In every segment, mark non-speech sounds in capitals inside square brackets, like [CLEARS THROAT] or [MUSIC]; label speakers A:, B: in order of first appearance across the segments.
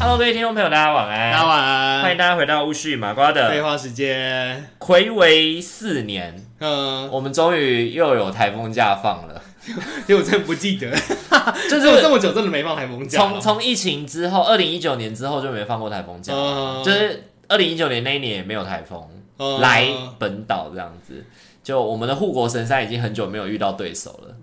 A: Hello，各位听众朋友，大家晚安。
B: 大家晚
A: 欢迎
B: 安。
A: 大家回到巫师与麻瓜
B: 废
A: 的。
B: 话时间，
A: 暌违四年，
B: 嗯，
A: 我们终于又有台风假放 [LAUGHS] 了。
B: 因为我真的不记得，
A: 就
B: 这这
A: 是
B: 么久真的没放台风假
A: 从
B: 了。
A: 从疫情之后，二零一九年之后就没放过台风假，
B: 嗯
A: 就是二零一九年那一年也没有台风
B: 嗯
A: 来本岛这样子。就我们的护国神山已经很久没有遇到对手了。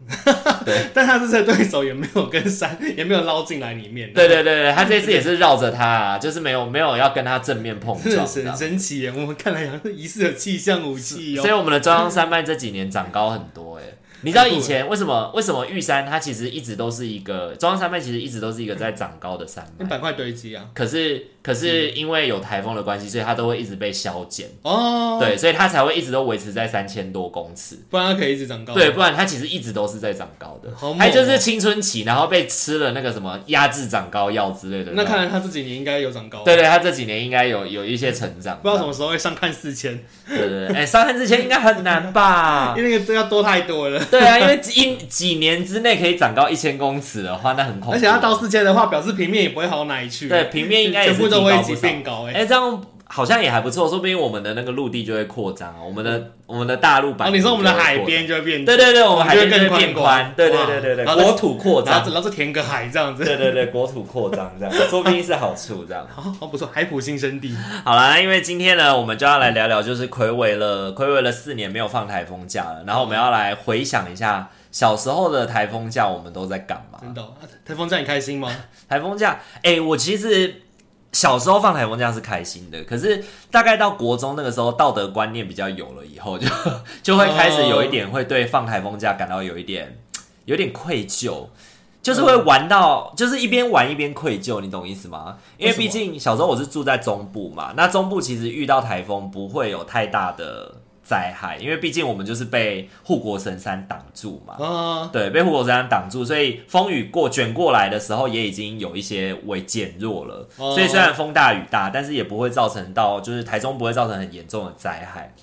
B: 但他这次的对手也没有跟山，也没有捞进来里面。
A: 对，对对对，他这次也是绕着他、啊，就是没有没有要跟他正面碰
B: 真
A: [LAUGHS]
B: 的
A: 撞这
B: 是
A: 样
B: 很。神奇耶！我们看来好像是疑似有气象武器
A: 所以
B: 哦。
A: 我们的中央山脉这几年长高很多哎、你知道以前为什么为什么玉山它其实一直都是一个中央山脉，其实一直都是一个在长高的山
B: 那
A: 脉，
B: 板块堆积啊。
A: 可是可是因为有台风的关系，所以它都会一直被削减，
B: 哦，，
A: 对，所以它才会一直都维持在三千多公尺，
B: 不然它可以一直长高。
A: 对，，不然它其实一直都是在长高的
B: 哦好，猛哦
A: 还有就是青春期，然后被吃了那个什么压制长高药之类的种，
B: 那看来他这几年应该有长高。，
A: 对对，他这几年应该有有一些成长，
B: 不知道什么时候会上看四千，
A: 对对对，哎、上岸之前应该很难吧？
B: 因为那个都要多太多了。
A: 对啊，因为一几年之内可以长高一千公尺的话，那很恐怖。
B: 而且它到四千的话，表示平面也不会好到哪里去。
A: 哦对平面应该也
B: 全
A: 是
B: 部都会一起
A: 提高不少
B: 变高哎、
A: 哎、这样好像也还不错，说不定我们的那个陆地就会扩张啊，我们的我们的大陆版、
B: 哦然后你说我们的海边，就会变，
A: 对对对，我们海边就
B: 就
A: 会
B: 会更
A: 变
B: 宽
A: 宽，对对
B: 哇
A: 对对对，
B: 然后再
A: 国土扩
B: 然后
A: 张，
B: 然后就填个海这样子， [LAUGHS]
A: 对对对，国土扩张这样，说不定是好处这样。
B: 好好哦不错，海普新生地。
A: 好啦，因为今天呢，我们就要来聊聊，就是暌违了暌违了四年没有放台风假了，然后我们要来回想一下小时候的台风假，我们都在干嘛？
B: 真的哦、台风这样你开心吗？
A: 台风假，哎、我其实小时候放台风假是开心的，可是大概到国中那个时候，道德观念比较有了以后，就 [LAUGHS] 就会开始有一点会对放台风假感到有一点有点愧疚。就是会玩到，就是一边玩一边愧疚，你懂意思吗？因为
B: 为什么
A: 毕竟小时候我是住在中部嘛，那中部其实遇到台风不会有太大的灾害，因为毕竟我们就是被护国神山挡住嘛。
B: 啊，
A: 对，被护国神山挡住，所以风雨过卷过来的时候，也已经有一些微减弱了。
B: 哦
A: 所以虽然风大雨大，但是也不会造成到就是台中不会造成很严重的灾害。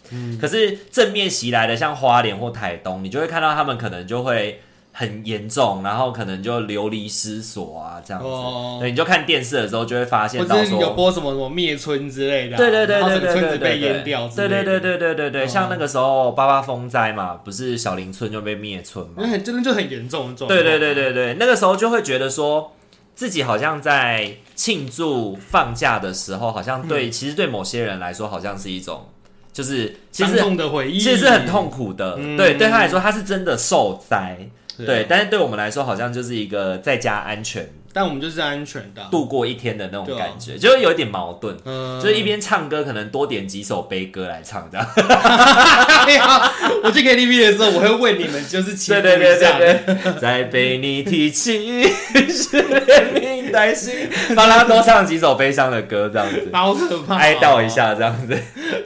A: 可是正面袭来的像花莲或台东，你就会看到他们可能就会很严重，然后可能就流离失所啊这样子。
B: 哦
A: 对，你就看电视的时候就会发现
B: 或
A: 到
B: 者
A: 说
B: 是有播什么什么灭村之类的啊、
A: 对对对
B: 然后
A: 对
B: 整
A: 对
B: 个村
A: 对
B: 子
A: 对
B: 被淹掉之
A: 对
B: 类的，
A: 对对对对对对，像那个时候八八风灾嘛，不是小林村就被灭村嘛
B: 因为，很真的就很严重的状况。
A: 对对对对对，那个时候就会觉得说自己好像在庆祝放假的时候，好像
B: 嗯
A: 对、其实对某些人来说，好像是一种就是其
B: 伤
A: 实
B: 痛的回忆，
A: 其实是很痛苦的，
B: 嗯
A: 对，对他来说他是真的受灾，
B: 对。啊
A: 对，但是对我们来说好像就是一个在家安全
B: 但我们就是安全的啊、
A: 度过一天的那
B: 对
A: 种
B: 啊
A: 感觉，就有一点矛盾。
B: 嗯，
A: 就是一边唱歌，可能多点几首悲歌来唱这样。
B: [LAUGHS] 哎呀我去 KTV 的时候，我会为你们就是祈福
A: 对
B: 一下。
A: 对对对 [LAUGHS] 对，再被你提起，是命带心，帮他多唱几首悲伤的歌，这样子， [LAUGHS]
B: 好可怕、哦
A: 哀悼一。下，这样子。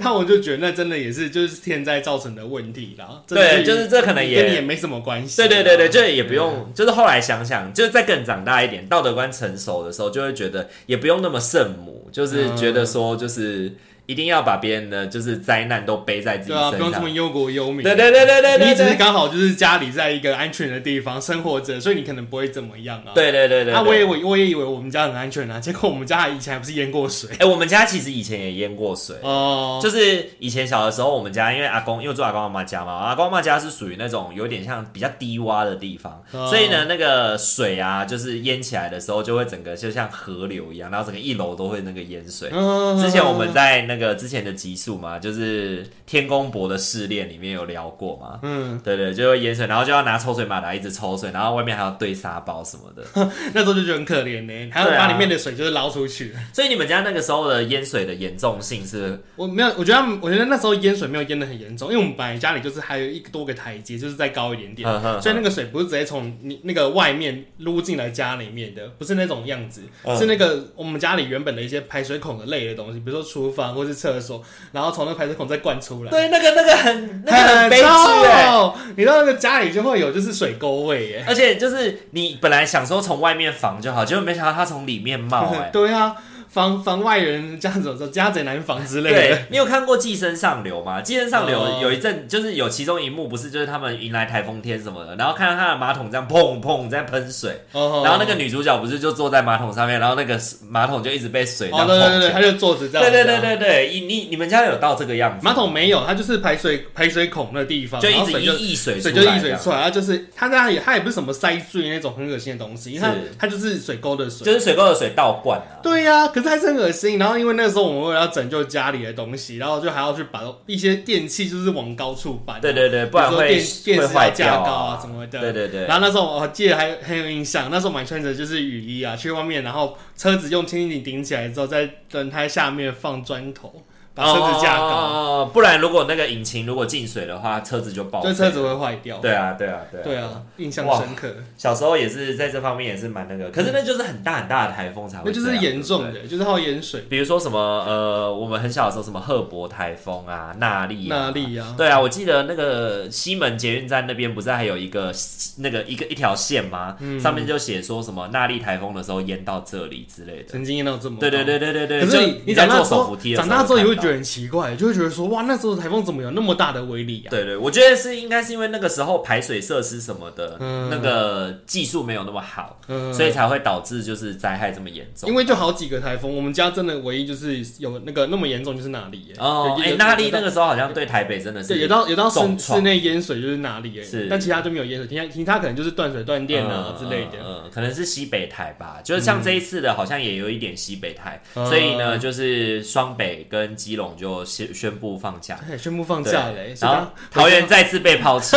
B: 那我就觉得那真的也是就是天灾造成的问题啦。真的
A: 对，就是这可能
B: 跟你也
A: 也，
B: 没什么关系。
A: 对对对对，，这也不用， [LAUGHS] 就是后来想想，就是再更长大一点，道德观成熟的时候，就会觉得也不用那么圣母，就是觉得说，就是一定要把别人的就是灾难都背在自己
B: 对啊，不用
A: 身
B: 这
A: 上
B: 么。忧国忧民。
A: 对对对对对对
B: 你只是
A: 对，
B: 刚好就是家里在一个安全的地方生活着，所以你可能不会怎么样啊。
A: 对对对对。
B: 啊，我也
A: 对
B: 我我也以为我们家很安全啊，结果我们家以前还不是淹过水
A: 哎、我们家其实以前也淹过水。
B: 哦，
A: 就是以前小的时候，我们家因为阿公，因为住阿公阿妈家嘛，阿公阿妈家是属于那种有点像比较低洼的地方，
B: 哦
A: 所以呢，那个水啊，就是淹起来的时候，就会整个就像河流一样，然后整个一楼都会那个淹水。
B: 嗯
A: 之前我们在那那个之前的集数嘛，就是天公伯的试炼里面有聊过嘛。
B: 嗯，
A: 对对，就会淹水，然后就要拿抽水马达一直抽水，然后外面还要堆沙包什么的。 [LAUGHS]
B: 那时候就觉得很可怜呢、还要
A: 对啊
B: 把里面的水就是捞出去。
A: 所以你们家那个时候的淹水的严重性是
B: 我没有，我觉得他们我觉得那时候淹水没有淹的很严重，因为我们本来家里就是还有一个多个台阶，就是再高一点点，
A: 呵呵呵
B: 所以那个水不是直接从你那个外面撸进来家里面的，不是那种样子，
A: 嗯
B: 是那个我们家里原本的一些排水孔的类的东西，比如说厨房或是厕所，然后从那个排水孔再灌出来。
A: 对那个那个很那个
B: 很欸
A: 很悲剧哎、
B: 臭你知道那个家里就会有就是水沟味耶、
A: 而且就是你本来想说从外面防就好，结果没想到它从里面
B: [LAUGHS]
A: 冒哎、
B: 对啊，防防外人这样子说，家贼难防之类的。
A: 对你有看过《寄生上流》吗？《寄生上流
B: 哦》
A: 有一阵就是有其中一幕不是就是他们迎来台风天什么的，然后看到他的马桶这样砰砰在喷水，
B: 哦
A: 然后那个女主角不是就坐在马桶上面，然后那个马桶就一直被水这
B: 哦，
A: 样
B: 对对
A: 碰
B: 对，他
A: 起来。
B: 就坐着这样
A: 对
B: 子啊。
A: 对对对对，你你你们家有到这个样子吗？
B: 马桶没有，它就是排水排水孔那地方，
A: 就
B: 然
A: 一
B: 后
A: 直
B: 水就
A: 一溢水出
B: 水
A: 来
B: 就
A: 这样，
B: 一水出来，它就是它那也它也不是什么塞住那种很恶心的东西，因为它
A: 是
B: 它就是水沟的水。
A: 就是水沟的水倒灌啊。
B: 对呀、可是还是很恶心。然后因为那时候我们为了要拯救家里的东西，然后就还要去把一些电器就是往高处搬啊、
A: 对对对，
B: 比
A: 不
B: 如
A: 然
B: 说
A: 会
B: 电电
A: 会
B: 视
A: 坏
B: 要
A: 掉
B: 架高啊什么的。
A: 对对对，
B: 然后那时候我记得还很有印象，那时候我们穿着就是雨衣啊，去外面，然后车子用千斤顶顶起来之后，在轮胎下面放砖头，把车子架高，
A: 哦不然如果那个引擎如果进水的话，车子就爆。
B: 就车子。会坏掉。
A: 对啊，对啊，对啊。
B: 对啊，印象
A: 哇
B: 深刻，
A: 小时候也是在这方面也是蛮那个，可是那就是很大很大的台风才会
B: 那
A: 这
B: 就
A: 样。
B: 是严重
A: 对不
B: 的，就是好淹水
A: 对。比如说什么呃，我们很小的时候什么赫伯台风啊、纳利、啊、
B: 那力啊。
A: 对啊，我记得那个西门捷运站那边不是还有一个那个一个一条线吗？上面就写说什么纳利台风的时候淹到这里之类的。
B: 曾经淹到这么高
A: 对对，对对对对，
B: 可
A: 就是
B: 你你
A: 在
B: 长大
A: 坐
B: 之
A: 手
B: 后
A: 扶梯，的时候
B: 长大之后也会
A: 看到
B: 觉得很奇怪，就会觉得说哇，那时候台风怎么有那么大的威力啊？
A: 对对，我觉得是应该是因为那个时候排水设施什么的，
B: 嗯
A: 那个技术没有那么好，
B: 嗯，
A: 所以才会导致就是灾害这么严重
B: 因。为就好几个台风，我们家真的唯一就是有那个那么严重就是那里耶
A: 哦，
B: 有
A: 哎、
B: 有
A: 那
B: 有
A: 利
B: 到
A: 那个时候好像对台北真的
B: 对，有
A: 是，
B: 到有到
A: 重
B: 室
A: 创
B: 室内淹水就是哪里而
A: 是
B: 已，但其他就没有淹水，其他其他可能就是断水断电啊
A: 嗯
B: 之类的。
A: 嗯，嗯可能是西北台吧，就是像这一次的，好像也有一点西北台，
B: 嗯
A: 所以呢，就是双北跟基隆就宣宣布放假。
B: 哎，宣布放
A: 嗯对
B: 假嘞，
A: 然后桃园再次被抛弃，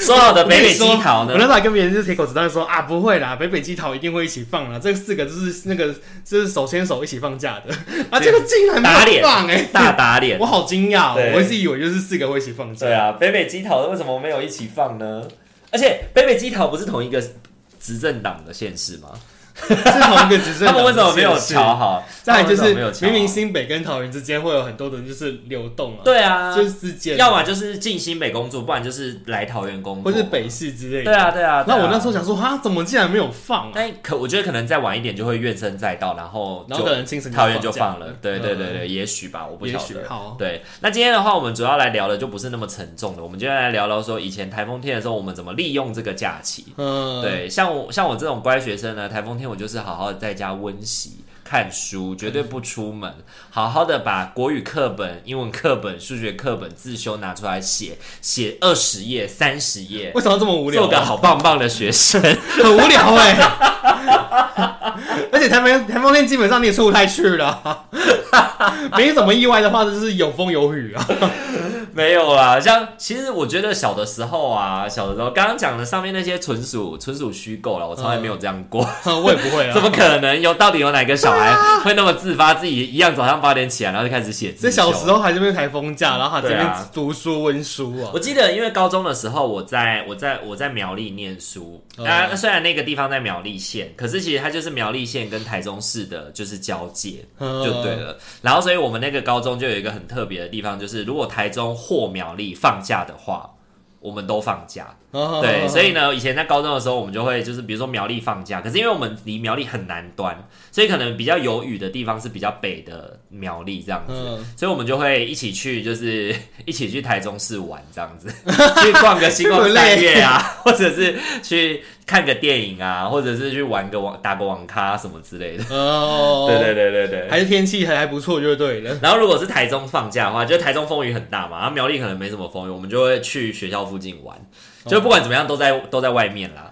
A: 说好的北北基桃
B: 我
A: 呢
B: 那？时候还跟别人就是铁口直断地说啊，不会啦，北北基桃一定会一起放啦，这四个就是那个就是手牵手一起放假的啊，
A: 对
B: 这个竟然
A: 打
B: 没
A: 脸
B: 有放哎，
A: 大打脸
B: [LAUGHS] 我！好惊讶哦
A: 对，
B: 我一直以为就是四个会一起放假
A: 对，啊，北北基桃为什么没有一起放呢？而且北北基桃不是同一个执政党的县市吗？
B: 是同一个
A: [LAUGHS]
B: 执政
A: 他们
B: 党的县市。
A: 为什么没有调好？
B: 再来就
A: 他们为
B: 是
A: 什么没有调好
B: 明明新北跟桃园之间会有很多的就是流动啊，
A: 对啊，
B: 就是之间，
A: 要么就是进新北工作，不然就是来桃园工作，
B: 或是北市之类的。
A: 对啊对啊。
B: 那我那时
A: 候，
B: 候想说，哈，怎么竟然没有放啊？
A: 但可我觉得可能再晚一点就会怨声载道，然后
B: 然后
A: 就
B: 可能清晨
A: 桃园就放
B: 假
A: 了。对对对，
B: 嗯
A: 对，也许吧，我不
B: 也
A: 晓
B: 许
A: 得。
B: 好。
A: 对，那今天的话，我们主要来聊的就不是那么沉重的，我们今天来聊聊说以前台风天的时候，我们怎么利用这个假期。
B: 嗯，
A: 对，像我像我这种乖学生呢，台风天我就是好好的在家温习。看书绝对不出门，好好的把国语课本、英文课本、数学课本自修拿出来写，写二十页、三十页，
B: 为什么这么无聊
A: 做
B: 啊？
A: 个好棒棒的学生。 [LAUGHS]
B: 很无聊哎、 [LAUGHS] 而且台风台风天基本上你也出不太去了
A: [LAUGHS]
B: 啊，没什么意外的话，就是有风有雨啊。 [LAUGHS]
A: 没有啦，像其实我觉得小的时候啊，小的时候刚刚讲的上面那些纯属纯属虚构了，我从来没有这样过，
B: 我也不
A: [LAUGHS]
B: 会
A: 怎
B: 嗯啊。
A: 么可能有？到底有哪个小孩会那么自发，自己一样早上八点起来，然后就开始写字？
B: 这小时候还是没有台风假，然后还在那
A: 对啊
B: 边读书温书啊。
A: 我记得，因为高中的时候我，在我在我在苗栗念书，
B: 嗯
A: 那、虽然那个地方在苗栗县，可是其实它就是苗栗县跟台中市的就是交界，
B: 嗯
A: 就对了。然后，所以我们那个高中就有一个很特别的地方，就是如果台中或苗栗放假的话，我们都放假。
B: 哦
A: 对，所以呢，以前在高中的时候，我们就会就是比如说苗栗放假，可是因为我们离苗栗很南端，所以可能比较有雨的地方是比较北的苗栗这样子，
B: 嗯
A: 所以我们就会一起去，就是 [LAUGHS] 一起去台中市玩这样子， [LAUGHS] 去逛个星光三月
B: [LAUGHS]
A: 啊，或者是去看个电影啊，或者是去玩个网打个网咖什么之类的。
B: 哦，
A: 对对对对对。
B: 还是天气还还不错，就对了。
A: 然后如果是台中放假的话，就台中风雨很大嘛，然后苗栗可能没什么风雨，我们就会去学校附近玩，
B: 哦
A: 就不管怎么样都在都在外面啦。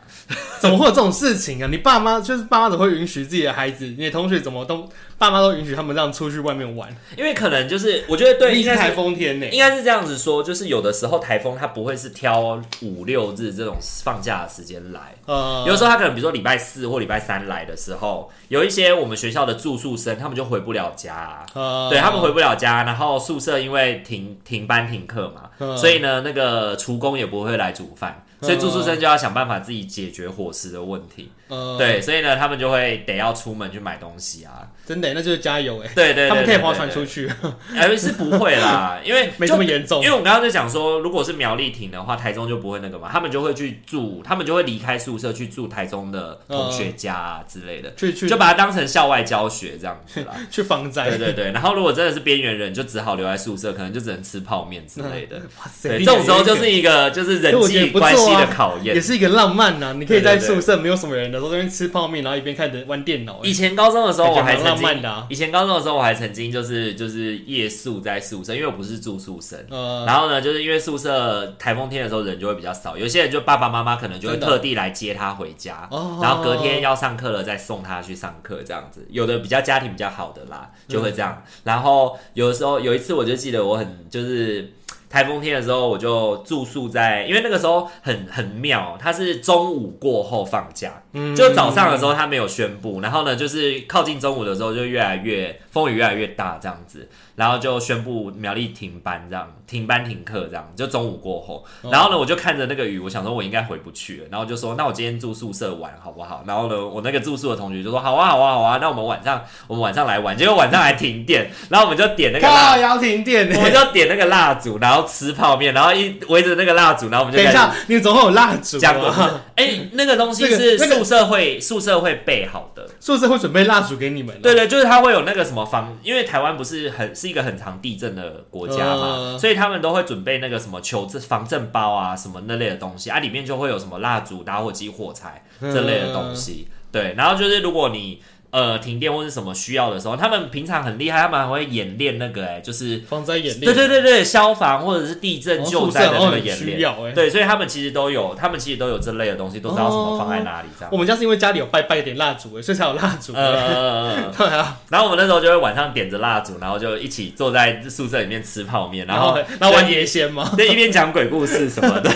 B: 怎么会有这种事情啊？你爸妈就是爸妈怎么会允许自己的孩子，你的同学怎么都爸妈都允许他们这样出去外面玩，
A: 因为可能就是我觉得对，
B: 你
A: 应
B: 是
A: 该
B: 台
A: 是
B: 风天呢、
A: 应该是这样子说，就是有的时候台风它不会是挑五六日这种放假的时间来，
B: 呃，
A: 有时候他可能比如说礼拜四或礼拜三来的时候，有一些我们学校的住宿生他们就回不了家啊、
B: 呃，
A: 对他们回不了家，然后宿舍因为停停班停课嘛，
B: 嗯
A: 所以呢，那个厨工也不会来煮饭，所以住宿生就要想办法自己解决伙食的问题。
B: 呃，
A: 对，所以呢，他们就会得要出门去买东西啊。
B: 真的、那就是加油哎、
A: 对对对
B: 他们可以划
A: 对
B: 船
A: 对
B: 出去，
A: 哎，是不会啦，因为
B: [LAUGHS] 没
A: 就
B: 这么严重
A: 因为我们刚刚在讲说，如果是苗栗亭的话，台中就不会那个嘛，他们就会去住，他们就会离开宿舍去住台中的同学家啊之类的，
B: 嗯去去
A: 就把它当成校外教学这样子
B: [LAUGHS]
A: 啦。
B: 去防灾。
A: 对对对，然后如果真的是边缘人，就只好留在宿舍，可能就只能吃泡面之类的。
B: 哇塞，
A: 对，
B: 厉
A: 这
B: 害
A: 种时候就
B: 厉害
A: 是一个就是人
B: 我觉得
A: 际
B: 不
A: 关系
B: 错啊
A: 的考验
B: 也。是一个浪漫呐、你可以在
A: 对对对
B: 宿舍没有什么人的时候，在那边吃泡面，然后一边看着玩电脑、欸
A: 以前高中的时候，我还曾
B: 感觉蛮浪漫
A: 经
B: 的啊
A: 以前高中的时候，我还曾经就是就是夜宿在宿舍，因为我不是住宿生。
B: 呃，
A: 然后呢，就是因为宿舍台风天的时候人就会比较少，有些人就爸爸妈妈可能就会
B: 真的
A: 特地来接他回家，
B: 哦
A: 然后隔天要上课了再送他去上课这样子。有的比较家庭比较好的啦，
B: 嗯
A: 就会这样。然后有的时候有一次我就记得我很就是。台风天的时候，我就住宿在，因为那个时候很很妙，它是中午过后放假，
B: 嗯
A: 就早上的时候他没有宣布，然后呢，就是靠近中午的时候就越来越风雨越来越大这样子，然后就宣布苗栗停班这样，停班停课这样，就中午过后，
B: 哦
A: 然后呢，我就看着那个雨，我想说我应该回不去了，然后就说那我今天住宿舍玩好不好？然后呢，我那个住宿的同学就说好啊好啊好啊，那我们晚上我们晚上来玩，结果晚上还停电，然后我们就点那个蜡
B: 靠，要停电、
A: 我们
B: 欸。
A: 就点那个蜡烛，然后吃泡面，然后一围着那个蜡烛，然后我们就
B: [LAUGHS] 等一
A: 开始
B: 下，你总会有蜡烛
A: 讲故
B: 啊
A: 事。 [LAUGHS] 哎、那个东西
B: 那个
A: 是
B: 那个嗯
A: 宿舍会、宿舍会备好的。
B: 宿舍会准备蜡烛给你们、
A: 对，对，就是它会有那个什么防，因为台湾不是很是一个很常地震的国家嘛，
B: 嗯
A: 所以他们都会准备那个什么求震防震包啊，什么那类的东西啊，里面就会有什么蜡烛、打火机、火柴
B: 嗯
A: 这类的东西。对，然后就是如果你呃停电或是什么需要的时候，他们平常很厉害，他们还会演练那个哎、就是
B: 防灾演练。
A: 对对对对，消防或者是地震
B: 哦
A: 救灾的
B: 宿舍
A: 那
B: 哦
A: 个
B: 很
A: 演
B: 需
A: 练，
B: 要欸
A: 对，所以他们其实都有，他们其实都有这类的东西，都知道什么放在哪里这样。
B: 我们家是因为家里有拜拜点蜡烛、欸，所以才有蜡烛、
A: 呃呃，呃呃
B: 对啊，
A: 然后我们那时候就会晚上点着蜡烛，然后就一起坐在宿舍里面吃泡面，然后
B: 然后玩碟仙嘛。
A: 对一边讲鬼故事什么的，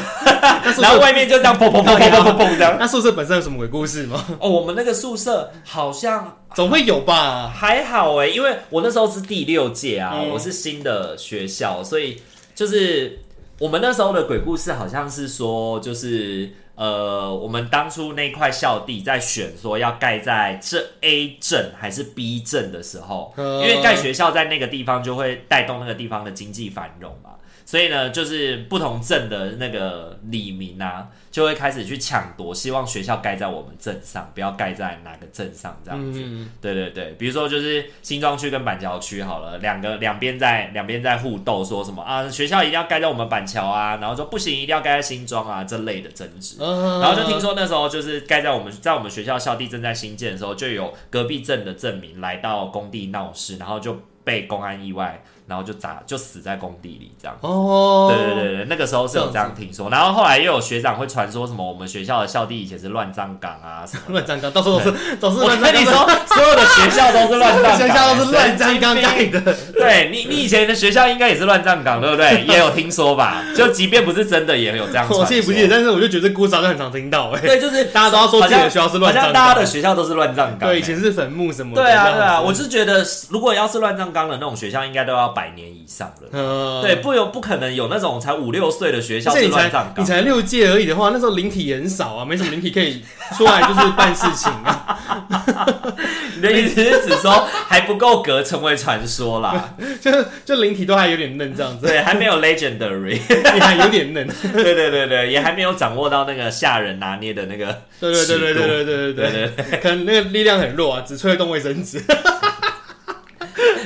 B: 那宿
A: 然后
B: 舍
A: 外面就这样砰砰砰砰砰砰砰这样。
B: 那宿舍本身有什么鬼故事吗？
A: 哦，我们那个宿舍好像
B: 总会有吧。
A: 还好哎、因为我那时候是第六届啊，
B: 嗯
A: 我是新的学校，所以就是我们那时候的鬼故事好像是说，就是呃，我们当初那块校地在选说要盖在这 A 镇还是 B 镇的时候，
B: 嗯
A: 因为盖学校在那个地方就会带动那个地方的经济繁荣嘛。所以呢，就是不同镇的那个里民啊，就会开始去抢夺，希望学校盖在我们镇上，不要盖在哪个镇上这样子。
B: 嗯，
A: 对对对，比如说就是新庄区跟板桥区好了，两个两边在两边在互斗，说什么啊学校一定要盖在我们板桥啊，然后说不行一定要盖在新庄啊这类的争执。
B: 然
A: 然后就听说那时候就是盖在我们在我们学校校地正在新建的时候，就有隔壁镇的镇民来到工地闹事，然后就被公安意外，然后就砸就死在工地里这样。
B: 哦，
A: 对对对对，那个时候是有这样听说，然后后来又有学长会传说什么我们学校的校地以前是乱葬岗啊什么的，
B: 乱葬岗，到时候都是总是
A: 我
B: [LAUGHS] 乱葬
A: 跟
B: 岗
A: 你，说，所有的学校都是
B: [LAUGHS]
A: 乱葬岗，
B: 学校都是乱葬岗
A: 神
B: 盖
A: 经病。
B: 的。
A: 对你，你以前的学校应该也是乱葬岗，对不对？也有听说吧？就即便不是真的，也有这样传
B: [LAUGHS] 我
A: 说。
B: 记得不记得，但是我就觉得这故事好像很常听到哎、
A: [LAUGHS] 对，就是
B: 大家都要说自己的学校是乱
A: 好
B: 葬
A: 像大
B: 岗
A: 家的，学校都是乱葬岗。
B: [LAUGHS]
A: 欸
B: 对，以前是坟墓什么的。
A: 对啊，
B: 这样子
A: 对啊，我是觉得，如果要是乱葬岗的那种学校，应该都要百年以上了。
B: 呃，
A: 对，，不有不可能有那种才五六岁的学校
B: 而且
A: 是
B: 你
A: 乱葬
B: 才你
A: 岗。
B: 才六届而已的话，那时候灵体也很少啊，没什么灵体可以出来就是办事情啊。 [LAUGHS]
A: [LAUGHS] 你的意思是指说还不够格成为传说啦？
B: [LAUGHS] 就是就灵体都还有点嫩这样子，
A: 对，还没有 legendary。 [LAUGHS]
B: 你还有点嫩。 [LAUGHS]
A: 对对对对，也还没有掌握到那个吓人拿捏的那个
B: 对对对对对对
A: 对
B: 对对
A: 对对，
B: 对，可能那个力量很弱啊，只吹动卫生纸。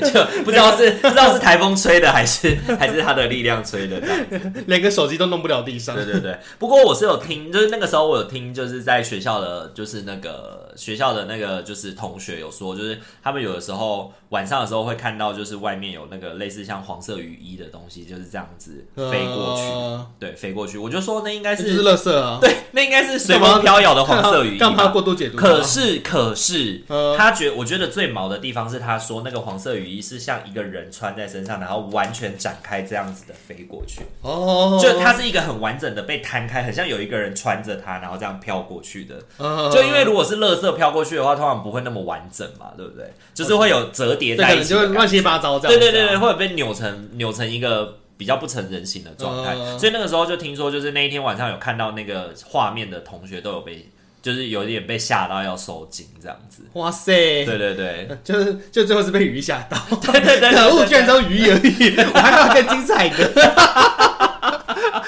A: 就不知道是不知道是台风吹的，还是还是他的力量吹的这样。
B: 连个手机都弄不了地上
A: 对。对对，不过我是有听，就是那个时候我有听，就是在学校的，就是那个学校的那个就是同学有说，就是他们有的时候晚上的时候会看到，就是外面有那个类似像黄色雨衣的东西，就是这样子飞过去，
B: 呃
A: 对，飞过去。我就说那应该、
B: 就是是垃圾啊，
A: 对，那应该是随风飘摇的黄色雨衣
B: 干嘛
A: 吧。
B: 过度解读它？啊
A: 可是可是，
B: 呃
A: 他觉我觉得最毛的地方是他说那个黄色雨衣是像一个人穿在身上，然后完全展开这样子的飞过去。
B: 哦，
A: 就它是一个很完整的被摊开，很像有一个人穿着它，然后这样飘过去的。
B: 呃，
A: 就因为如果是垃圾飘过去的话，通常不会那么完整嘛，对不对？就是会有折叠
B: 这
A: 在
B: 可
A: 一
B: 能
A: 起
B: 就
A: 的
B: 会
A: 感觉，
B: 乱七八糟这样
A: 对
B: 子啊。
A: 对对对，会被扭成扭成一个比较不成人形的状态。
B: 嗯
A: 所以那个时候就听说，就是那一天晚上有看到那个画面的同学都有被，就是有点被吓到要收紧这样子。
B: 哇塞，
A: 对对对，
B: 就是就最后是被鱼吓到，
A: 对对对对
B: 可恶，居然只有鱼而已，我还要更精彩的，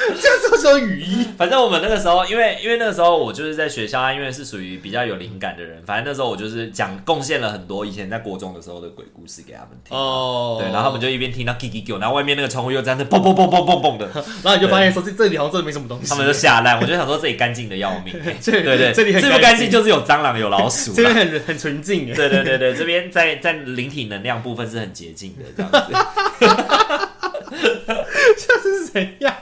B: 就这时候雨衣，
A: 反正我们那个时候，因为因为那个时候我就是在学校啊，因为是属于比较有灵感的人，反正那时候我就是讲贡献了很多以前在国中的时候的鬼故事给他们听。
B: 哦
A: 对，然后他们就一边听到 “kiki k 然后外面那个窗户又这样子砰砰砰砰砰砰的，
B: 然后你就发现说这这里好像真的没什么东西，
A: 他们就吓烂。我就想说这里干净的要
B: [LAUGHS]
A: 命、欸，
B: 这里
A: 对对，
B: 这里很
A: 不
B: 干
A: 干净就是有蟑螂有老鼠
B: 这
A: 啦
B: 边。很很纯净耶，
A: 对对对对，这边在在灵体能量部分是很洁净的这样
B: [LAUGHS]
A: 子。
B: 这是怎样？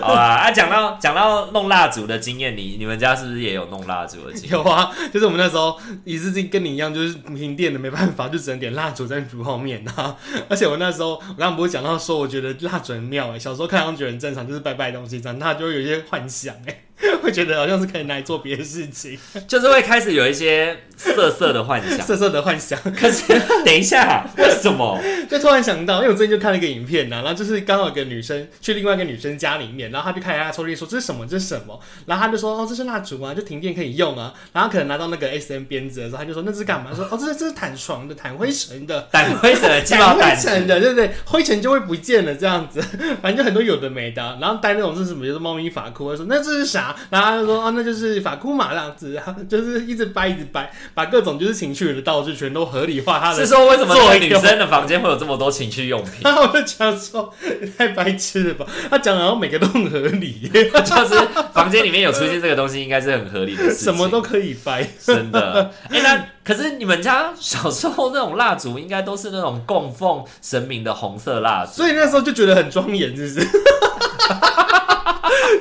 A: 好啦，啊，讲到讲到弄蜡烛的经验，你你们家是不是也有弄蜡烛的经验？
B: [LAUGHS] 有啊，就是我们那时候也是跟你一样，就是停电的没办法，就只能点蜡烛在煮泡面啊。 [LAUGHS] 而且我那时候，我刚刚不是讲到说，我觉得蜡烛很妙哎、小时候看上去很正常，就是拜拜的东西这样，他就会有一些幻想哎、 [LAUGHS] 会觉得好像是可以拿来做别的事情，
A: 就是会开始有一些色色的幻想。
B: 色色的幻想。 [LAUGHS]
A: 可是等一下，为什么？
B: 就突然想到，因为我最近就看了一个影片啊呐、然后就是刚好有个女生去另外一个女生家里面，然后她就看她抽屉说这是什么，这是什么，然后她就说哦这是蜡烛啊，就停电可以用啊，然后可能拿到那个 S M 编织的时候，她就说那是干嘛？说哦这是这是掸床的，掸灰尘的。
A: 胆灰尘的鸡毛
B: 掸灰
A: 掸
B: 尘
A: 子，
B: 的，对不对？灰尘就会不见了，这样子， [LAUGHS] 反正就很多有的没的啊。然后戴那种是什么，就是猫咪发箍，我就说那这是啥？然后他就说啊，那就是发箍嘛，这样子，然后就是一直掰，一直掰，把各种就是情趣的道具全都合理化他的
A: 是说为什么那
B: 作
A: 个
B: 用？
A: 女生的房间会有这么多情趣用品 [LAUGHS]
B: 然后我就想说，太白痴了吧？他讲的好像每个都很合理耶，
A: 就是房间里面有出现这个东西，应该是很合理的事情。
B: 什么都可以掰。
A: [LAUGHS] 真的。哎、那可是你们家小时候那种蜡烛，应该都是那种供奉神明的红色蜡烛。
B: 所以那时候就觉得很庄严，是不 [LAUGHS] 是？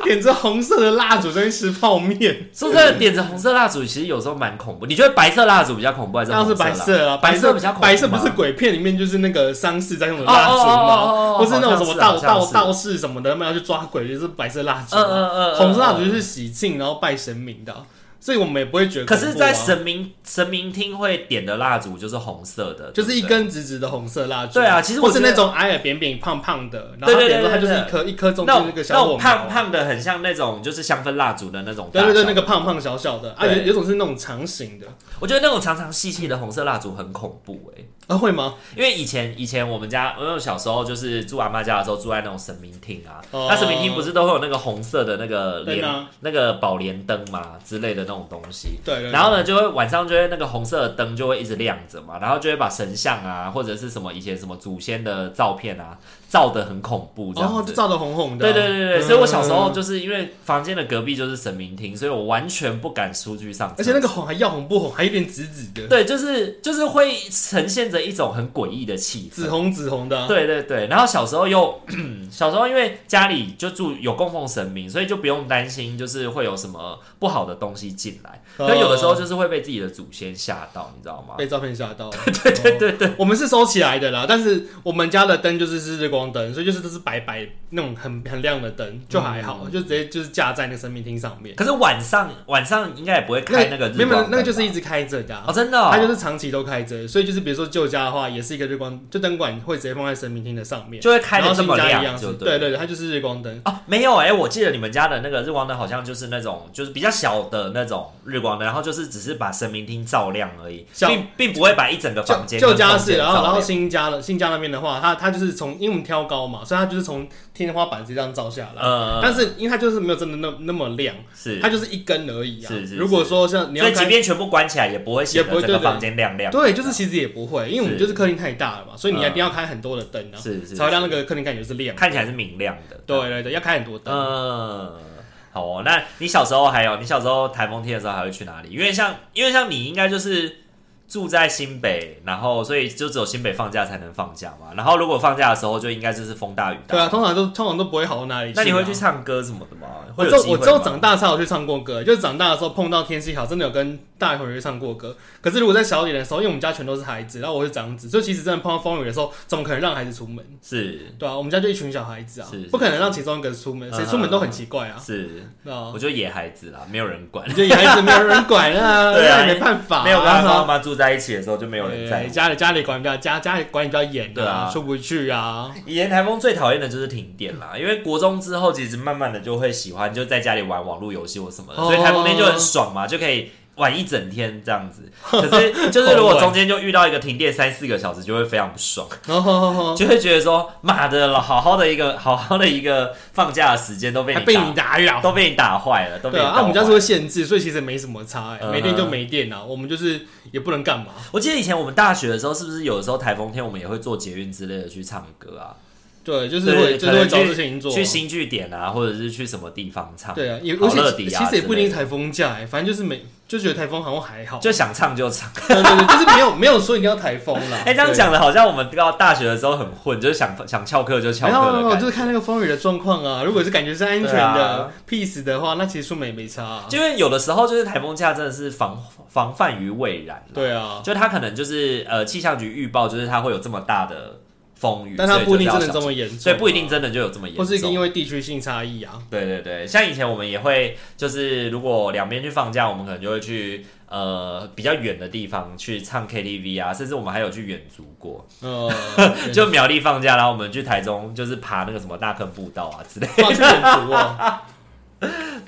B: 点着红色的蜡烛在那边吃泡面，
A: 说真的，点着红色蜡烛其实有时候蛮恐怖。你觉得白色蜡烛比较恐怖，还是
B: 当然是
A: 红蜡
B: 白色啊，
A: 白
B: 色
A: 色比较恐怖吗
B: 白色不是鬼片里面就是那个丧事在用的蜡烛
A: 哦哦哦哦
B: 吗？
A: 哦
B: 或是那种什么
A: 好
B: 道
A: 像是好像
B: 道
A: 是
B: 道士什么的，他们要去抓鬼就是白色蜡烛
A: 嗯
B: 嘛。
A: 嗯嗯，嗯
B: 红色蜡烛就是喜庆，然后拜神明的啊，所以我们也不会觉得
A: 可
B: 恐怖啊。
A: 是，在神明神明厅会点的蜡烛就是红色的，
B: 就是一
A: 对不对。
B: 根直直的红色蜡烛。
A: 对啊其实我
B: 或是
A: 觉得
B: 那种矮矮扁扁胖胖的，然后
A: 对
B: 它
A: 对对
B: 点说它就是
A: 对
B: 一
A: 对
B: 颗一颗中
A: 那
B: 间那
A: 种
B: 个小
A: 那
B: 火
A: 种
B: 苗啊
A: 胖。胖的，很像那种就是香氛蜡烛的那种大
B: 对
A: 小。
B: 对对，那个胖胖小小的啊，
A: 对
B: 有有种是那种长形的
A: 我觉得那种长长细细的红色蜡烛很恐怖哎、
B: 啊，会吗？
A: 因为以前以前我们家，因为我小时候就是住阿妈家的时候，住在那种神明厅啊，
B: 哦
A: 那神明厅不是都会有那个红色的那个
B: 灯
A: 帘
B: 啊、
A: 那个宝莲灯嘛之类的那种东西。
B: 对对，对
A: 然后呢，就会晚上就会那个红色的灯就会一直亮着嘛，然后就会把神像啊，或者是什么以前什么祖先的照片啊，照的很恐怖这
B: 然后
A: 样
B: 就
A: 子。
B: 照的红红
A: 对
B: 的啊。
A: 对对对，所以我小时候
B: 嗯，
A: 就是因为房间的隔壁就是神明厅，所以我完全不敢出去上厕所。
B: 而且那个红还要红不红，还有点紫紫的，
A: 对，就是就是会呈现着一种很诡异的气氛
B: 紫。红紫红的啊。
A: 对对对，然后小时候又 [CLEARS THROAT] 小时候因为家里就住有供奉神明，所以就不用担心就是会有什么不好的东西进来。
B: 哦
A: 可有的时候就是会被自己的祖先吓到，你知道吗？
B: 被照片吓到。
A: [LAUGHS]
B: 对对对对，我们是收起来的啦，但是我们家的灯就是是日光灯，所以就是都是白白那种很很亮的灯，就还
A: 嗯
B: 好，就直接就是架在那个神明厅上面。
A: 可是晚上晚上应该也不会开那个日
B: 没
A: 光
B: 有没有
A: 灯，
B: 那个就是
A: 吧
B: 一直开着的啊、
A: 哦，真的哦、
B: 它就是长期都开着，所以就是比如说旧家的话，也是一个日光，就灯管会直接放在神明厅的上面，
A: 就会开的这么
B: 然后新家一
A: 亮，
B: 样，
A: 就是对了
B: 对对
A: 啊
B: 对，它就是日光灯。
A: 哦，没有哎、我记得你们家的那个日光灯好像就是那种就是比较小的那种日光灯，然后就是只是把神明厅照亮而已，
B: 像
A: 并并不会把一整个房间
B: 旧
A: 跟
B: 家
A: 空间
B: 是，然后
A: 照
B: 然后
A: 亮
B: 新家的新家那边的话，它它就是从因为我们挑高嘛，所以它就是从天花板直接这样照下来。
A: 呃，
B: 但是因为它就是没有真的那那么亮，
A: 是
B: 它就是一根而已啊。
A: 是是是
B: 如果说像你
A: 所
B: 要
A: 以即
B: 看，
A: 便全部关起来，也不会显
B: 也
A: 得
B: 不会
A: 整个
B: 对对
A: 房间亮亮的。
B: 对，就是其实也不会，因为我们
A: 是嗯
B: 就是客厅太大了嘛，所以你一定要开很多的灯啊，
A: 是是是
B: 才会让那个客厅感觉是亮。
A: 看起来是明亮的。
B: 对，对对，要开很多灯。
A: 嗯，好哦。那你小时候还有，你小时候台风天的时候还会去哪里？因为像，因为像你应该就是住在新北，然后所以就只有新北放假才能放假嘛。然后如果放假的时候，就应该就是风大雨大。
B: 对啊，通常都通常都不会好到哪里去
A: 那
B: 啊。
A: 你会去唱歌什么的吗？会
B: 我
A: 有
B: 之后
A: 机
B: 我
A: 会
B: 之后
A: 吗
B: 长大才有去唱过歌，就是长大的时候碰到天气好，真的有跟大伙儿去唱过歌。可是如果在小一点的时候，因为我们家全都是孩子，然后我是长子，所以其实真的碰到风雨的时候，怎么可能让孩子出门？
A: 是
B: 对啊，我们家就一群小孩子啊
A: 是是，
B: 不可能让其中一个出门，谁出门都很奇怪啊，
A: 是，
B: 对啊
A: 我，就野孩子啦，没有人管
B: 你，就孩子没有人
A: [LAUGHS]
B: 管啊，
A: 对啊
B: 那也没办法 [LAUGHS] 啊，哎
A: 没有跟爸爸妈妈住在一起的时候就没有人在
B: 对。家里家里管比较家家里管比较严
A: 对啊
B: 出不去啊，
A: 以前台风最讨厌的就是停电啦，因为国中之后其实慢慢的就会喜欢就在家里玩网络游戏或什么的，
B: 哦
A: 所以台风天就很爽嘛，就可以玩一整天这样
B: [LAUGHS]
A: 子。可是就是如果中间就遇到一个停电三四个小时，就会非常不
B: [LAUGHS]
A: 爽，
B: 然后
A: [LAUGHS] 就会觉得说妈的了，好好的一个好好的一个放假的时间都被
B: 还
A: 你
B: 被
A: 打
B: 你打扰。
A: 都被你打坏了，都被
B: 对
A: 你
B: 啊，
A: 打
B: 啊，我们家
A: 坏
B: 是会限制，所以其实没什么差、欸，
A: 嗯哼
B: 没电就没电啊，我们就是也不能干嘛。
A: 我记得以前我们大学的时候，是不是有时候台风天我们也会做捷运之类的去唱歌啊？
B: 对，就是
A: 对
B: 会，就是
A: 可能
B: 会
A: 去
B: 找事情做。
A: 去新据点啊，或者是去什么地方唱，
B: 对啊，也
A: 好
B: 而且
A: 乐
B: 其
A: 迪啊
B: 其实也不一
A: 之类的
B: 定是台风假、欸，反正就是没就觉得台风好像还好。
A: 就想唱就唱。
B: [LAUGHS] 对对对，就是没有没有说一定要台风啦。
A: [LAUGHS] 哎、这样讲的好像我们到大学的时候很混，就是想想翘课就翘
B: 对。没有没
A: 课的
B: 有没有，
A: 感
B: 哦就
A: 觉。
B: 是看那个风雨的状况啊。如果是感觉是安全
A: 对
B: 的、
A: 啊
B: peace 的话，那其实出门也没差、啊。
A: 就因为有的时候就是台风假真的是防防范于未然啦，
B: 对啊，
A: 就它可能就是呃气象局预报就是它会有这么大的风雨，
B: 但它
A: 所以
B: 不一定
A: 就是
B: 真
A: 要
B: 的
A: 小
B: 这
A: 心，
B: 么严重、啊，
A: 所以不一定，真的就有这么严
B: 或
A: 重，啊
B: 是因为地区性差异 [LAUGHS] 啊。
A: 对对对，像以前我们也会，就是如果两边去放假，我们可能就会去呃比较远的地方去唱 KTV 啊，甚至我们还有去远足过，
B: 呃，
A: 就苗栗放假，然后我们去台中就是爬那个什么大坑步道啊之类，
B: 哇，去远
A: [LAUGHS]
B: 足啊，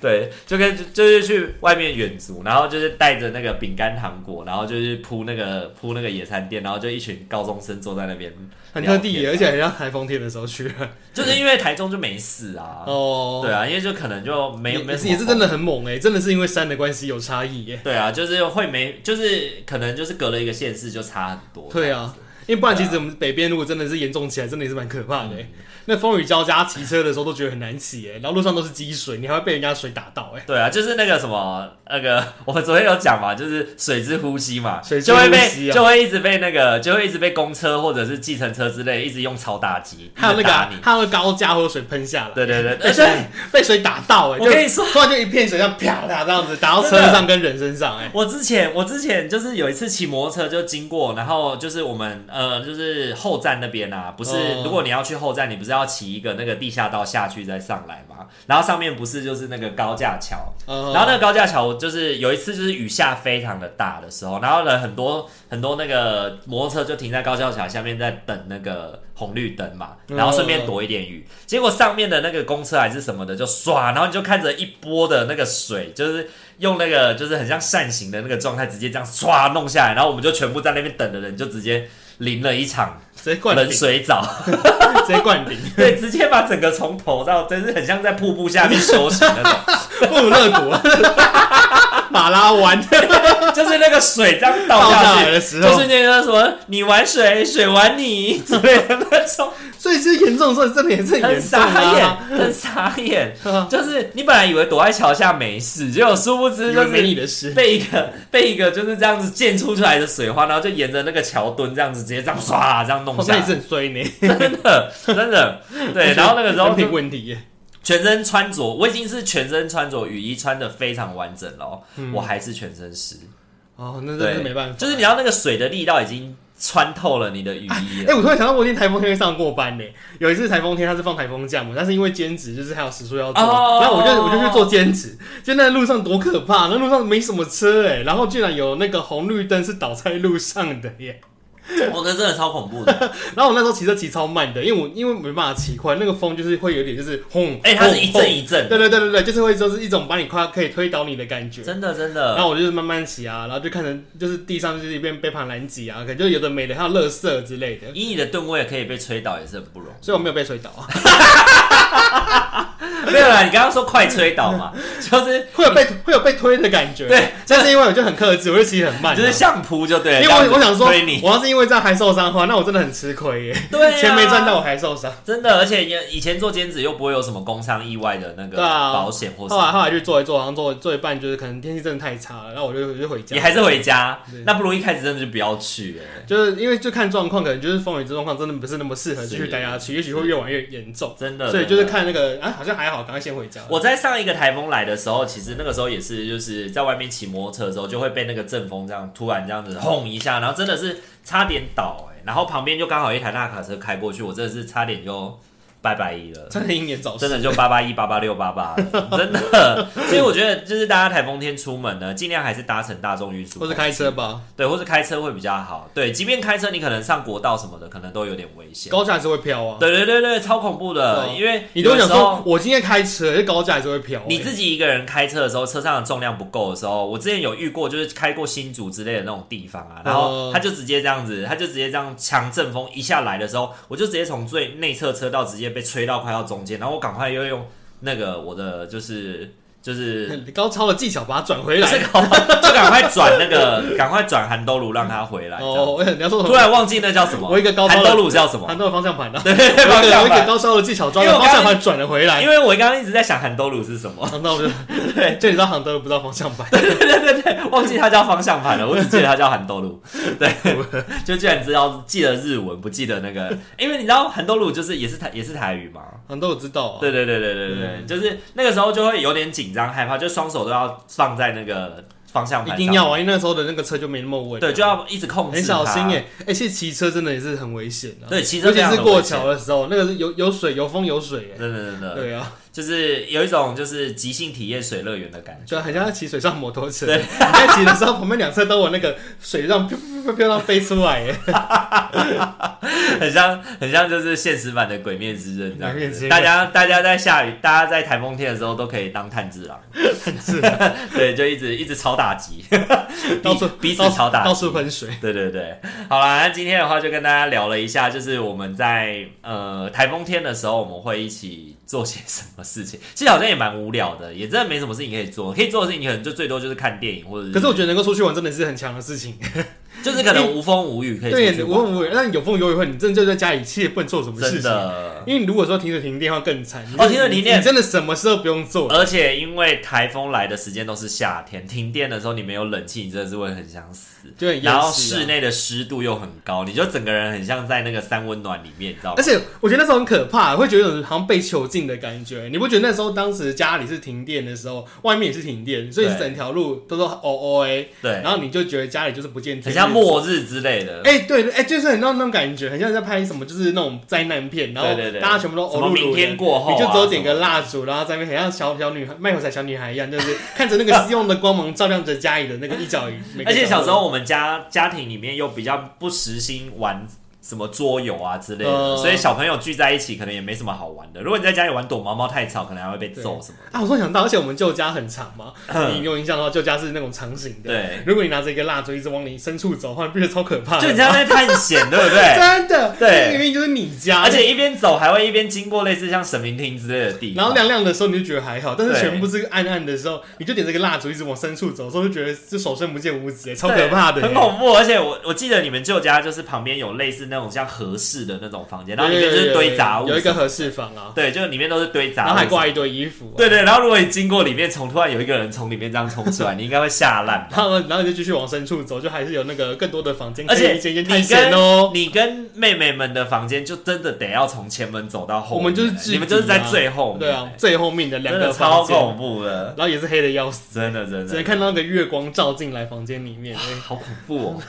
A: 对，就跟就就是去外面远足，然后就是带着那个饼干糖果，然后就是铺那个铺那个野餐垫，然后就一群高中生坐在那边
B: 很
A: 聊
B: 特
A: 天
B: 地耶，而且很像台风天的时候去。
A: 就是因为台中就没事啊，
B: 哦，
A: 对啊，因为就可能就没有
B: 也
A: 没
B: 也
A: 什
B: 是
A: 么
B: 也是真的很猛哎、真的是因为山的关系有差异欸耶、
A: 对啊，就是会没，就是可能就是隔了一个县市就差很多。
B: 对啊，因为不然其实我们北边如果真的是严重起来，真的也是蛮可怕的、欸。那风雨交加，骑车的时候都觉得很难骑哎、然后路上都是积水，你还会被人家水打到哎、
A: 对啊，就是那个什么，那个 [LAUGHS] 我们昨天有讲嘛，就是水之呼吸嘛，
B: 水之
A: 就
B: 呼吸
A: 会
B: 啊
A: 被就会一直被那个就会一直被公车或者是计程车之类一直用超打击，
B: 还有那
A: 一直
B: 个
A: 打
B: 啊
A: 你，
B: 还有那个高架会有水喷下来，
A: 对对对，
B: [LAUGHS] 被
A: 而
B: 水
A: 且
B: 被水打到哎、
A: 我跟
B: 欸，
A: 你
B: 就
A: 说，
B: 突然就一片水这样啪啦这样子打到车
A: 真的
B: 上跟人身上哎、
A: 我之前我之前就是有一次骑摩托车就经过，然后就是我们呃就是后站那边啊，不是、
B: 嗯
A: 如果你要去后站，你不是要骑一个那个地下道下去再上来吗？然后上面不是就是那个高架桥，
B: 呃
A: 然后那个高架桥就是有一次就是雨下非常的大的时候，然后呢很多很多那个摩托车就停在高架桥下面在等那个红绿灯嘛，
B: 嗯
A: 然后顺便躲一点雨。结果上面的那个公车还是什么的就唰，然后你就看着一波的那个水，就是用那个就是很像扇形的那个状态，直接这样唰弄下来，然后我们就全部在那边等的人就直接淋了一场
B: 直接灌顶，
A: 冷
B: 直
A: 水澡。 [LAUGHS]
B: 接灌顶，
A: 对，直接把整个从头到，真是很像在瀑布
B: [LAUGHS]
A: 下面休息那种，
B: 不如乐谷 [LAUGHS] 马拉湾
A: 就是那个水这样倒
B: 倒
A: 下
B: 下
A: 去
B: 来，的时候，
A: 就是那个什么，你玩水，水玩你之类的那种，
B: 所以这严重的时候真的也是很
A: 很
B: 严重
A: 傻眼，
B: 啊。
A: 很傻眼。
B: [LAUGHS] 啊
A: 就是你本来以为躲在桥下没事，结果殊不知
B: 以
A: 就
B: 为没你
A: 是
B: 的事，
A: 被一个被一个就是这样子溅出出来的水花，然后就沿着那个桥墩这样子直接这样唰这样弄
B: 哦
A: 下
B: 那也是
A: 来，
B: 很衰呢。
A: 真的真的
B: [LAUGHS]
A: 对。然后那个时候
B: 人
A: 就
B: 品问题耶，
A: 全身穿着，我已经是全身穿着雨衣穿的非常完整了哦，我还是全身湿，
B: 哦，那嗯真
A: 对，
B: 是没办法。
A: 就是你要那个水的力道已经穿透了你的雨衣
B: 哎、
A: 了，
B: 我突然想到，我已经台风天上过班呢。有一次台风天，他是放台风假嘛，但是因为兼职，就是还有时数要做，
A: 哦
B: 然后我就我就去做兼职。就那路上多可怕，那路上没什么车哎，然后竟然有那个红绿灯是倒在路上的耶，
A: [LAUGHS] 我哥真的超恐怖的，
B: 然后我那时候骑车骑超慢的，因为我因为没办法骑快，那个风就是会有点就是轰，
A: 哎、它是一
B: 轰
A: 阵一阵的，
B: 轰对对对对对，就是会就是一种把你快要可以推倒你的感觉。
A: 真的真
B: 然
A: 的，
B: 后我就是慢慢骑啊，然后就看成就是地上就是一片被爬拦挤啊，可能就有的没的，还有垃圾之类的，
A: 以你的吨位可以被吹倒也是很不容易。
B: 所以我没有被吹倒啊，
A: [LAUGHS] 没有啦，你刚刚说快吹倒嘛，
B: [LAUGHS]
A: 就是
B: 会有被会有被推的感觉。
A: 对，
B: 但是因为我就很克制，我就骑很慢啊、
A: 就是相扑就对了，
B: 因为
A: 这样子
B: 我我想说，
A: 推你，
B: 我要是因为这样还受伤的话，那我真的很吃亏耶。
A: 对啊
B: 钱没赚到，我还受伤。
A: 真的，而且也以前做兼职又不会有什么工伤意外的那个
B: 对啊
A: 保险或什
B: 后来
A: 么，
B: 后来就做一做，然后做做一半，就是可能天气真的太差了，然后我就我就回家
A: 你。还是回家
B: 对，
A: 那不如一开始真的就不要去、哎
B: 就是因为就看状况，可能就是风雨这状况真的不是那么适合
A: 是
B: 继续待下去，也许会越玩越严重。
A: 真的，
B: 所以就是
A: 真的。
B: 看那个啊，好像还好，赶快先回家。
A: 我在上一个台风来的时候，其实那个时候也是，就是在外面骑摩托车的时候，就会被那个阵风这样突然这样子轰一下，然后真的是差点倒哎、然后旁边就刚好一台大卡车开过去，我真的是差点就拜拜一了。
B: 真的英年早
A: 真，
B: 逝
A: 的就八八一八八六八八，真的。所以我觉得，就是大家台风天出门呢，尽量还是搭乘大众运输工
B: 或是
A: 具，
B: 开车吧，
A: 对，或是开车会比较好。对，即便开车，你可能上国道什么的，可能都有点危险。
B: 高架还是会飘啊。
A: 对对对对，超恐怖的，
B: 对啊
A: 因为
B: 你都
A: 有
B: 想
A: 时候
B: 说，我今天开车，这高架还是会飘欸。
A: 你自己一个人开车的时候，车上的重量不够的时候，我之前有遇过，就是开过新竹之类的那种地方啊，然后
B: 嗯
A: 他就直接这样子，他就直接这样强阵风一下来的时候，我就直接从最内侧车道直接被吹到快到中间，然后我赶快又用那个我的就是
B: [LAUGHS]
A: 就是。
B: 高超的技巧把它转回
A: 就
B: 来
A: 是。搞就赶快转那个，赶快转韩兜鲁让他回来。
B: 哦， [LAUGHS]
A: 哦，
B: 我想你要说什
A: 突
B: 么？
A: 然忘记那叫什么？
B: 我一个高超
A: 韩
B: 的
A: 兜鲁叫什么？ [LAUGHS]
B: 弹到方向盘啊，
A: 对对对，
B: 我
A: 方
B: 一个我
A: 向
B: 一个
A: 盘。
B: 高超的技巧抓
A: 因为
B: 到
A: 我
B: 方
A: 刚
B: 向盘转了回来。
A: 因为我刚刚一直在想韩兜鲁是什么。[LAUGHS]
B: 航道不是，对，就你知道航道不知道方向盘，
A: [LAUGHS] 忘记它叫方向盘了，我只记得它叫韩豆
B: [LAUGHS]
A: 露。对， [LAUGHS] 就居然知道记得日文，不记得那个，因为你知道韩豆露就是也是台也是台语嘛。
B: 航道我知道啊。
A: 对对对对对对，
B: 嗯
A: 就是那个时候就会有点紧张害怕，就双手都要放在那个方向盘
B: 一
A: 上，
B: 定要啊，因为那时候的那个车就没那么稳，啊
A: 对，就要一直控制，
B: 很小心。耶。哎，其实骑车真的也是很危险的，
A: 对，其实
B: 尤其是过桥，的时候，那个是有有水、有风、有水耶。
A: 真的真的，
B: 对啊，
A: 就是有一种就是即兴体验水乐园的感觉。
B: 就很像在骑水上摩托车。
A: 对
B: 你在骑的时候，旁边两侧都有那个水让飘飘飘飘到飞出
A: [LAUGHS]
B: 来耶。
A: 很像，很像就是现实版的《鬼灭之刃》这
B: 鬼
A: 样
B: 灭之
A: 子。
B: 刃
A: 大家大家在下雨，大家在台风天的时候都可以当炭治郎，炭治郎 [LAUGHS] 对，就一直一直超打击，
B: 到处
A: 彼此
B: 到处
A: 超打
B: 到
A: 击。
B: 处喷水。
A: 对对对，好啦，那今天的话就跟大家聊了一下，就是我们在呃台风天的时候，我们会一起做些什么事情。其实好像也蛮无聊的，也真的没什么事情可以做，可以做的事情可能就最多就是看电影，或者是
B: 可是我觉得能够出去玩真的是很强的事情。
A: 就是可能无风无雨可以
B: [LAUGHS]
A: 出去
B: 对，
A: 玩
B: 无风无雨，但有风有雨会，你真的就在家里，其实也不能做什么事
A: 真
B: 情。
A: 的。
B: 因为你如果说停水停电的话更惨。
A: 哦停水停电
B: 你真的什么事都不用做。
A: 而且因为台风来的时间都是夏天，停电的时候你没有冷气，你真的是会很想死。
B: 就很厌世啊
A: 然后室内的湿度又很高，你就整个人很像在那个三温暖里面，你知道吗
B: 而？且我觉得那时候很可怕，会觉得有种好像被囚禁的感觉。你不觉得那时候当时家里是停电的时候，外面也是停电，所以
A: 对
B: 整条路都是 O O A，
A: 对
B: 然，后你就觉得家里就是不见
A: 很
B: 天日，
A: 像末日之类的。
B: 哎、对对，哎、就是很那种那种感觉，很像在拍什么，就是那种灾难片，然后
A: 对对对
B: 大家全部都
A: 什
B: 欧
A: 么
B: 露
A: 明天过后啊
B: 你就只有点个
A: 什么的
B: 蜡烛，然后在那边很像小小女孩卖火柴小女孩一样，就是看着那个希望的光芒照亮着家里的那个一角一。每个
A: 而且小时
B: 角落
A: 候我们家家庭里面又比较不实心玩什么桌游啊之类的，
B: 嗯
A: 所以小朋友聚在一起可能也没什么好玩的。如果你在家里玩躲猫猫太吵，可能还会被揍什么的。
B: 啊，我突然想到，而且我们旧家很长嘛，你有印象的话，旧家是那种长形
A: 嗯
B: 的。
A: 对，
B: 如果你拿着一个蜡烛一直往你深处走的话，你不觉得超可怕的吗？
A: 就你像在探险，对不
B: [LAUGHS]
A: 对？
B: 真的，
A: 对
B: 这明明就是你家，
A: 而且一边走还会一边经过类似像神明厅之类的地方，
B: 然后亮亮的时候你就觉得还好，但是
A: 对
B: 全部是暗暗的时候，你就点这个蜡烛一直往深处走的时候，就觉得就手伸不见五指，哎，超可怕的，
A: 很恐怖。而且我我记得你们旧家就是旁边有类似那种像合适的那种房间，然后里面就是堆杂物，
B: 有一个合适房啊，
A: 对，就里面都是堆
B: 然
A: 杂
B: 后
A: 物，
B: 还挂一堆衣服、啊，
A: 对对。然后如果你经过里面，从突然有一个人从里面这样冲出来，你应该会吓烂。
B: [LAUGHS] 然后，然后你就继续往深处走，就还是有那个更多的房间，
A: 而且
B: 可以一间一间探
A: 你
B: 险
A: 跟
B: 哦。
A: 你跟妹妹们的房间就真的得要从前门走到后
B: 我
A: 面，
B: 们就是置
A: 你们就是
B: 顶啊
A: 在最后面，
B: 对啊，最后面的两
A: 真的
B: 个
A: 超
B: 房间，
A: 恐怖的，
B: 然后也是黑的要死，
A: 真的真的 [LAUGHS]
B: 只能看到那个月光照进来房间里面。哎 [LAUGHS]
A: 好恐怖哦。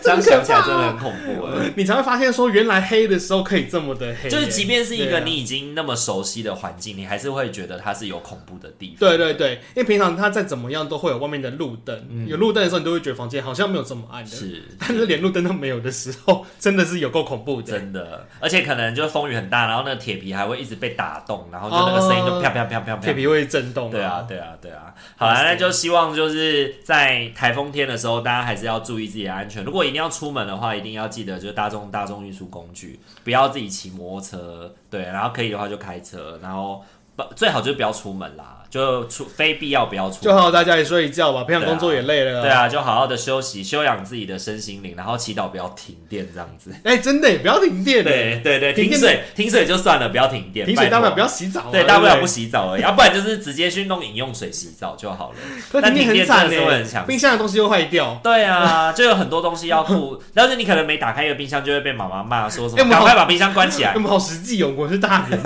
A: 这样想起来真的很恐怖哎。
B: 你才会发现说，原来黑的时候可以这么的黑，
A: 就是即便是一
B: 对
A: 个
B: 啊
A: 你已经那么熟悉的环境，你还是会觉得它是有恐怖的地方。
B: 对啊对对，因为平常它再怎么样都会有外面的路灯，有路灯的时候，你都会觉得房间好像没有这么暗的。
A: 嗯是
B: 但是连路灯都没有的时候，真的是有够恐怖的。
A: 真的，而且可能就是风雨很大，然后那个铁皮还会一直被打动，然后就那个声音就
B: 哦
A: 啪啪啪啪啪。
B: 铁皮会震动、
A: 对啊，，对啊，对啊。好了，那就希望就是在台风天的时候，大家还是要注意自己的安全。如果一定要出门的话，一定要记得就是大众大众运输工具，不要自己骑摩托车。对，然后可以的话就开车，然后不最好就是不要出门啦，就出非必要不要出
B: 就
A: 门。
B: 好好在家里睡一觉吧，平常
A: 对啊
B: 工作也累了、
A: 对啊，就好好的休息，休养自己的身心灵，然后祈祷不要停电这样子。
B: 哎、真的耶不要停电
A: [LAUGHS]
B: 的，
A: 对对对，
B: 停
A: 停
B: 电
A: 水停水就算了，不要停电，
B: 停水大不了不
A: 要。哦
B: 要洗澡、啊，
A: 对，大不了不
B: 洗。
A: 洗澡而已，要啊不然就是直接去弄饮用水洗澡就 [LAUGHS] 好了。
B: 可
A: 但
B: 停电很
A: 停电
B: 惨
A: 真的是会很强
B: 冰箱的东西又坏掉。
A: 对啊，就有很多东西要顾，但是你可能没打开一个冰箱，就会被妈妈骂说什 [LAUGHS]
B: 哎我
A: 么，
B: 们
A: 赶
B: 好
A: 快把冰箱关起 [LAUGHS]
B: 哎
A: 来
B: 我。们好实际哦，我是大人，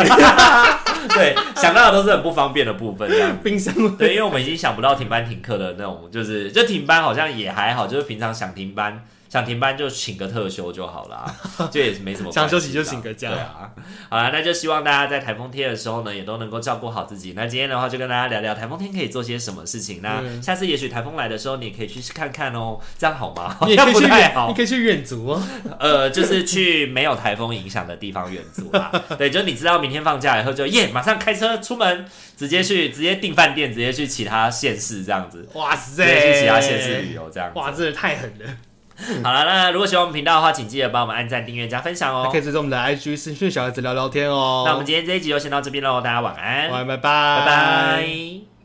A: 对，想到的都是很不方便的部分这样。
B: 冰箱
A: 对，因为我们已经想不到停班停课的那种，就是就停班好像也还好，就是平常想停班想停班就请个特休就好啦，就也是没什么关系啦。
B: 想休息就请个假
A: 对啊，好啦，那就希望大家在台风天的时候呢，也都能够照顾好自己。那今天的话就跟大家聊聊台风天可以做些什么事情。那
B: 嗯
A: 下次也许台风来的时候，你也可以去试看看哦， [LAUGHS] 这样好吗？好
B: 你也可
A: 像
B: 以
A: 不
B: 去
A: 太
B: 远，
A: 好
B: 你。可以去远足哦。
A: 呃，就是去没有台风影响的地方远足啦。对，就你知道明天放假以后就耶，马上开车出门，直接去直接订饭店，直接去其他县市这样子，
B: 哇
A: 直接
B: 塞，
A: 去其他县市旅游这样子。
B: 哇，真的太狠了！
A: 好了，那如果喜欢我们频道的话，请记得帮我们按赞、订阅、加分享哦
B: 还可。以追踪我们的 IG 私讯小孩子聊聊天哦。
A: 那我们今天这一集就先到这边喽，大家晚安，
B: 晚安，拜拜，
A: 拜
B: 拜
A: 拜。